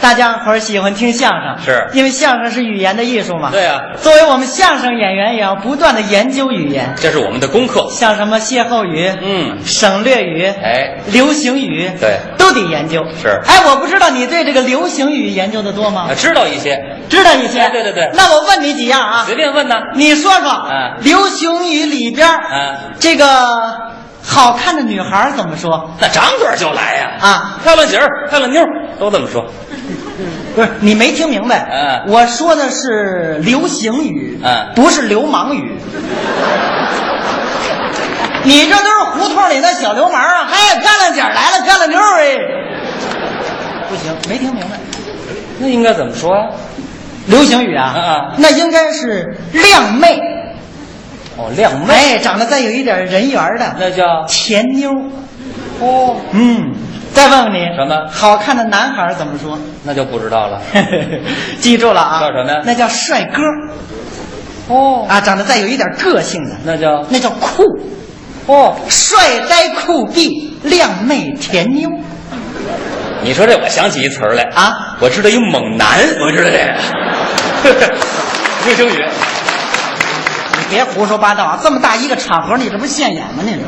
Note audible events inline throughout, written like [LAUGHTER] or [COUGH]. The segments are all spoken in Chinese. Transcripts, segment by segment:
大家伙儿喜欢听相声，是因为相声是语言的艺术嘛。对啊作为我们相声演员，也要不断的研究语言，这是我们的功课。像什么歇后语、嗯，省略语、哎，流行语，对都得研究。是哎，我不知道你对这个流行语研究的多吗啊？知道一些，知道一些。哎对对对那我问你几样啊？随便问呢。你说说，嗯流行语里边儿，嗯这个好看的女孩儿怎么说？那张嘴就来呀！啊，漂亮姐儿、漂亮妞儿都这么说。不是你没听明白，嗯我说的是流行语，嗯不是流氓语。你这都是胡同里那小流氓啊！嘿，漂亮姐儿来了，漂亮妞儿哎，不行，没听明白。那应该怎么说啊呀？流行语啊，嗯嗯那应该是靓妹，哦，靓妹，哎，长得再有一点人缘儿的那叫甜妞儿。嗯哦，嗯，再问问你什么好看的男孩儿怎么说？ [LAUGHS] 那就不知道了。记住了啊，叫什么呀那叫帅哥哦，啊，长得再有一点个性的，那叫那叫酷，哦。帅呆酷毙，靓妹甜妞。你说这，我想起一词儿来啊！我知道一猛男，我知道这个。 [LAUGHS] 流星雨，你别胡说八道啊！这么大一个场合，你这不是现眼吗？你这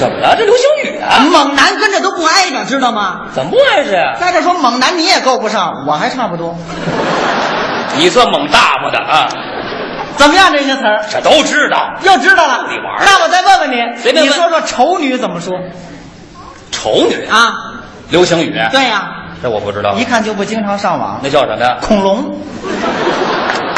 怎么了？这流星雨啊？猛男跟着都不挨着，知道吗？怎么不碍事呀？再者说，猛男你也够不上，我还差不多。你算猛大发的啊！怎么样，这些词儿这都知道。又知道了？你玩儿啊那我再问问你，随便你问说说丑女怎么说丑女，啊？流星雨，对呀、这我不知道一。看就不经常上网。那叫什么呀？恐龙，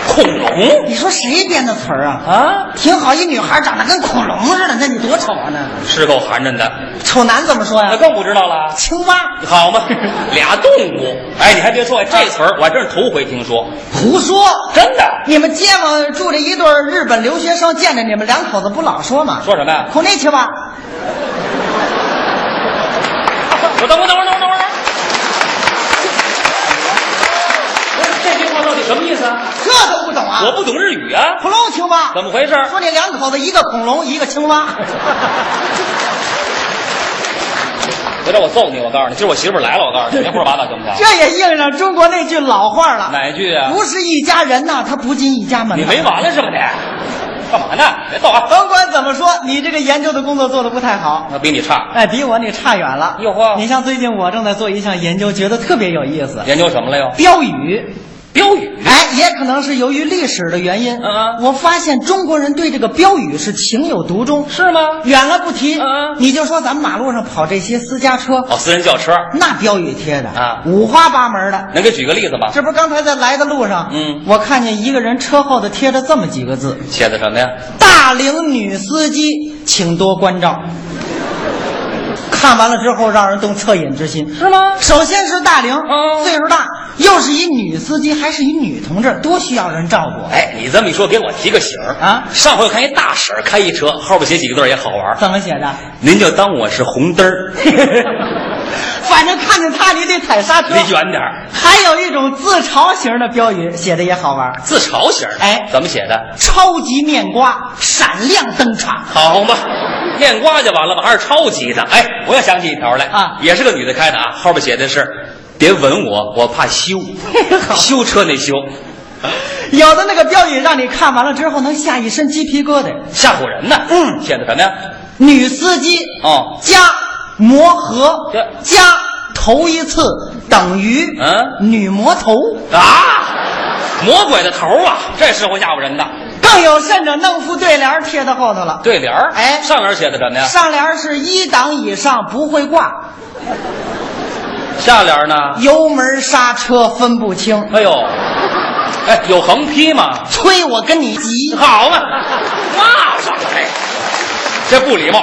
恐龙你说谁编的词儿啊？啊，挺好，一女孩长得跟恐龙似的，那你多丑啊那！是够寒碜的。丑男怎么说那呀？更不知道了。青蛙，好嘛， [LAUGHS] 俩动物。哎，你还别说，这词儿我还真是头回听说，胡说！真的。你们街坊住着一对儿日本留学生，见着你们两口子不老说吗？说什么呀？孔尼去吧，我等会儿，等会儿，等会儿，等会儿。不是这句话到底什么意思啊？这都不懂啊！我不懂日语啊，恐龙青蛙怎么回事？说你两口子一个恐龙，一个青 [LAUGHS] 蛙。回头我揍你！我告诉你，今儿我媳妇儿来了，我告诉你，别胡说八道行不行？这也应上中国那句老话了，哪一句啊？不是一家人呐，他不进一家门。你没完了是吧你？干嘛呢？别逗啊！甭管怎么说，你这个研究的工作做的不太好。那比你差。哎，比我你差远了。哟呵你像最近我正在做一项研究，觉得特别有意思。研究什么了又？标语，标语。哎，也可能是由于历史的原因，嗯嗯我发现中国人对这个标语是情有独钟。是吗？远了不提，嗯嗯你就说咱们马路上跑这些私家车，哦，私人轿车，那标语贴的啊五花八门的。能给举个例子吗？这不是刚才在来的路上，嗯我看见一个人车后头贴着这么几个字：写的什么呀？大龄女司机，请多关照。看完了之后，让人动恻隐之心。是吗？首先是大龄，嗯岁数大，又是一女司机，还是一女同志，多需要人照顾。哎，你这么一说，给我提个醒儿啊上回我看一大婶儿开一车，后边写几个字儿也好玩儿，怎么写的？您就当我是红灯 [LAUGHS] 儿，反正看见他，你得踩刹车。离远点儿。还有一种自嘲型的标语，写的也好玩，自嘲型儿的，哎怎么写的？超级面瓜闪亮登场。好嘛，面瓜就完了吧，还是超级的。哎，我也想起一条来啊也是个女的开的啊，后边写的是“别吻我，我 [LAUGHS] 怕羞好”，修车那修，有的那个标语让你看完了之后能吓一身鸡皮疙瘩。吓唬人呢。嗯写的什么呀？女司机哦，加磨合这加头一次等于嗯女魔头。啊，魔鬼的头儿啊，这是会吓唬人的。更有甚者，弄副对联儿贴到后头了。对啊联儿，哎上联儿写的什么呀？上联儿是一档以上不会挂，下联儿呢？油门刹车分不清。 [LAUGHS] 哎呦，哎，有横批吗？催我跟你急，好嘛，骂上了哎，这不礼貌。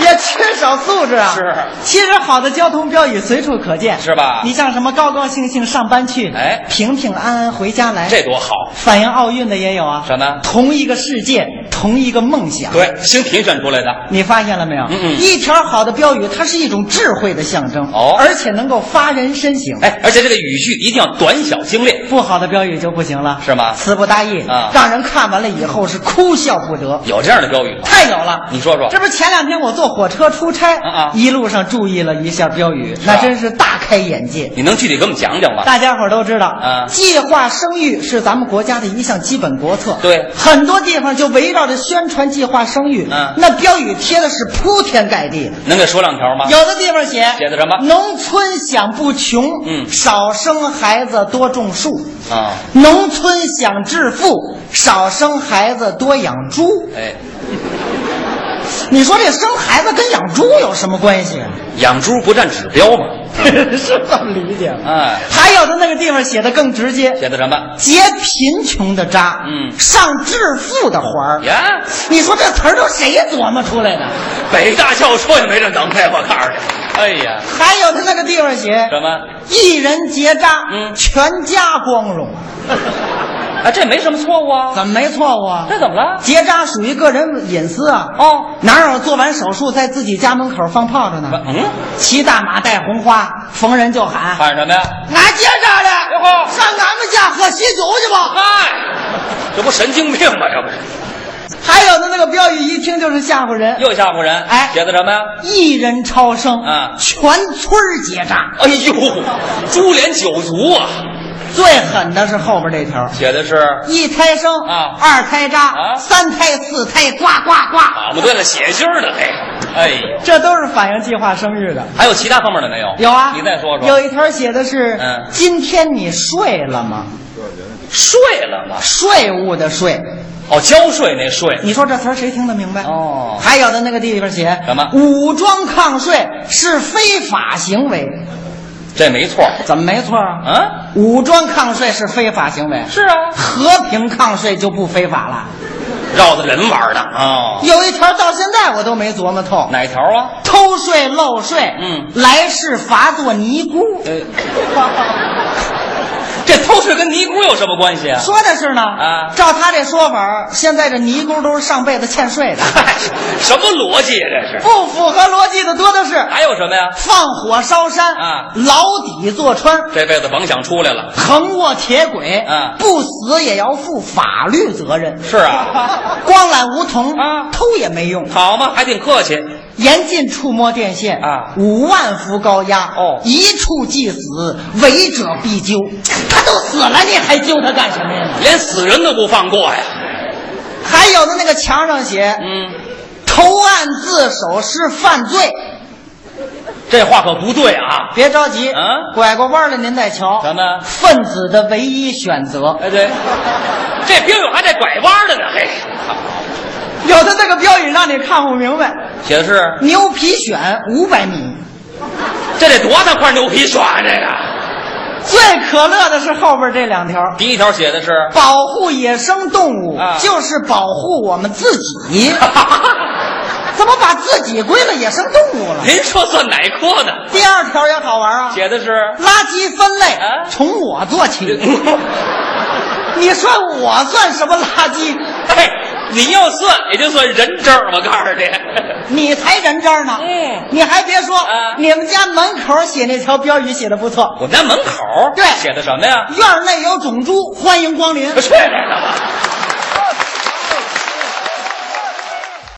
也缺少素质啊！是其实好的交通标语随处可见，是吧你像什么高高兴兴上班去，哎平平安安回家来，这多好！反映奥运的也有啊。什么同一个世界，同一个梦想。对，新评选出来的，你发现了没有？嗯嗯一条好的标语，它是一种智慧的象征，哦而且能够发人深省。哎，而且这个语句一定要短小精炼，不好的标语就不行了，是吗词不达意啊让人看完了以后是哭笑不得。有这样的标语吗？太有了，你说说这不是前两天我做坐火车出差，哦啊啊一路上注意了一下标语，啊那真是大开眼界。你能具体给我们讲讲吗？大家伙儿都知道，嗯计划生育是咱们国家的一项基本国策。对很多地方就围绕着宣传计划生育，嗯那标语贴的是铺天盖地的。能给说两条吗？有的地方写写的什么农村想不穷，嗯少生孩子多种树；啊，农村想致富，少生孩子多养猪。哎，你说这生孩子跟养猪有什么关系啊？养猪不占指标嘛。 [LAUGHS] 是这么理解吗？哎，还有的那个地方写的更直接，写的什么？结贫穷的渣，嗯上致富的环儿。呀，你说这词儿都谁琢磨出来的？ [LAUGHS] 北大教授也没这能耐，我告诉你。哎呀，还有的那个地方写什么？一人结扎，嗯全家光荣，啊，这没什么错误啊。怎么没错误 [LAUGHS] 啊？这怎么了？结扎属于个人隐私啊！哦，哪有做完手术在自己家门口放炮仗呢？嗯，骑大马戴红花，逢人就喊喊什么呀？：“俺结扎别了，慌上俺们家喝喜酒去吧！”嗨，这不神经病吗？这不是还有的那个标语一听就是吓唬人，又吓唬人？哎写的什么呀？一人超生，嗯全村儿结扎。哎呦，株连九族啊！最狠的是后边这条，写的是一胎生啊二胎扎，啊三胎四胎呱呱呱，俺们队了血腥儿的，哎，哎呀。这都是反映计划生育的。还有其他方面的没有？有啊，你再说说。有一条写的是，嗯今天你睡了吗？税了吗？税务的税，哦，交税那税。你说这词儿谁听得明白？哦还有的那个地方写什么武装抗税是非法行为，这没错。怎么没错啊？啊，武装抗税是非法行为，是啊，和平抗税就不非法了。绕着人玩的啊、哦。有一条到现在我都没琢磨透，哪条啊？偷税漏税，嗯来世罚做尼 [LAUGHS] 姑。呃，这偷税跟尼姑有什么关系啊？说的是呢，啊照他这说法，现在这尼姑都是上辈子欠税的，嗨， [LAUGHS] 什么逻辑啊？这是？不符合逻辑的多的是。还有什么呀？放火烧山啊牢底坐穿，这辈子甭想出来了。横卧铁轨，啊不死也要负法律责 [LAUGHS] 任。是啊，光揽梧桐啊偷也没用。好嘛，还挺客气。严禁触摸电线啊五万伏高压哦一触即死，违者必究。他都死了，你还揪他干什么呀？连死人都不放过呀。还有的那个墙上写，嗯，投案自首是犯罪。这话可不对啊。别着急，啊拐过弯来您再瞧。咱们分子的唯一选择，哎对，这标语还带拐弯的呢。嘿，有的那个标语让你看不明白。写的是牛皮癣五百米，这得多大块牛皮癣啊！这个最可乐的是后边这两条，第一条写的是，保护野生动物、啊就是保护我们自己。 [LAUGHS] 怎么把自己归了野生动物了？您说算哪科的？第二条也好玩啊，写的是， [LAUGHS] 垃圾分类、啊从我做起。你说我算什么垃圾？嘿，你要算也就算人证儿，我告诉你， [LAUGHS] 你才人渣呢！嗯你还别说，啊你们家门口写那条标语写的不错，我们家门口儿对写的什么呀？ [LAUGHS] 啊院内有种猪，欢迎光临。去哪儿了？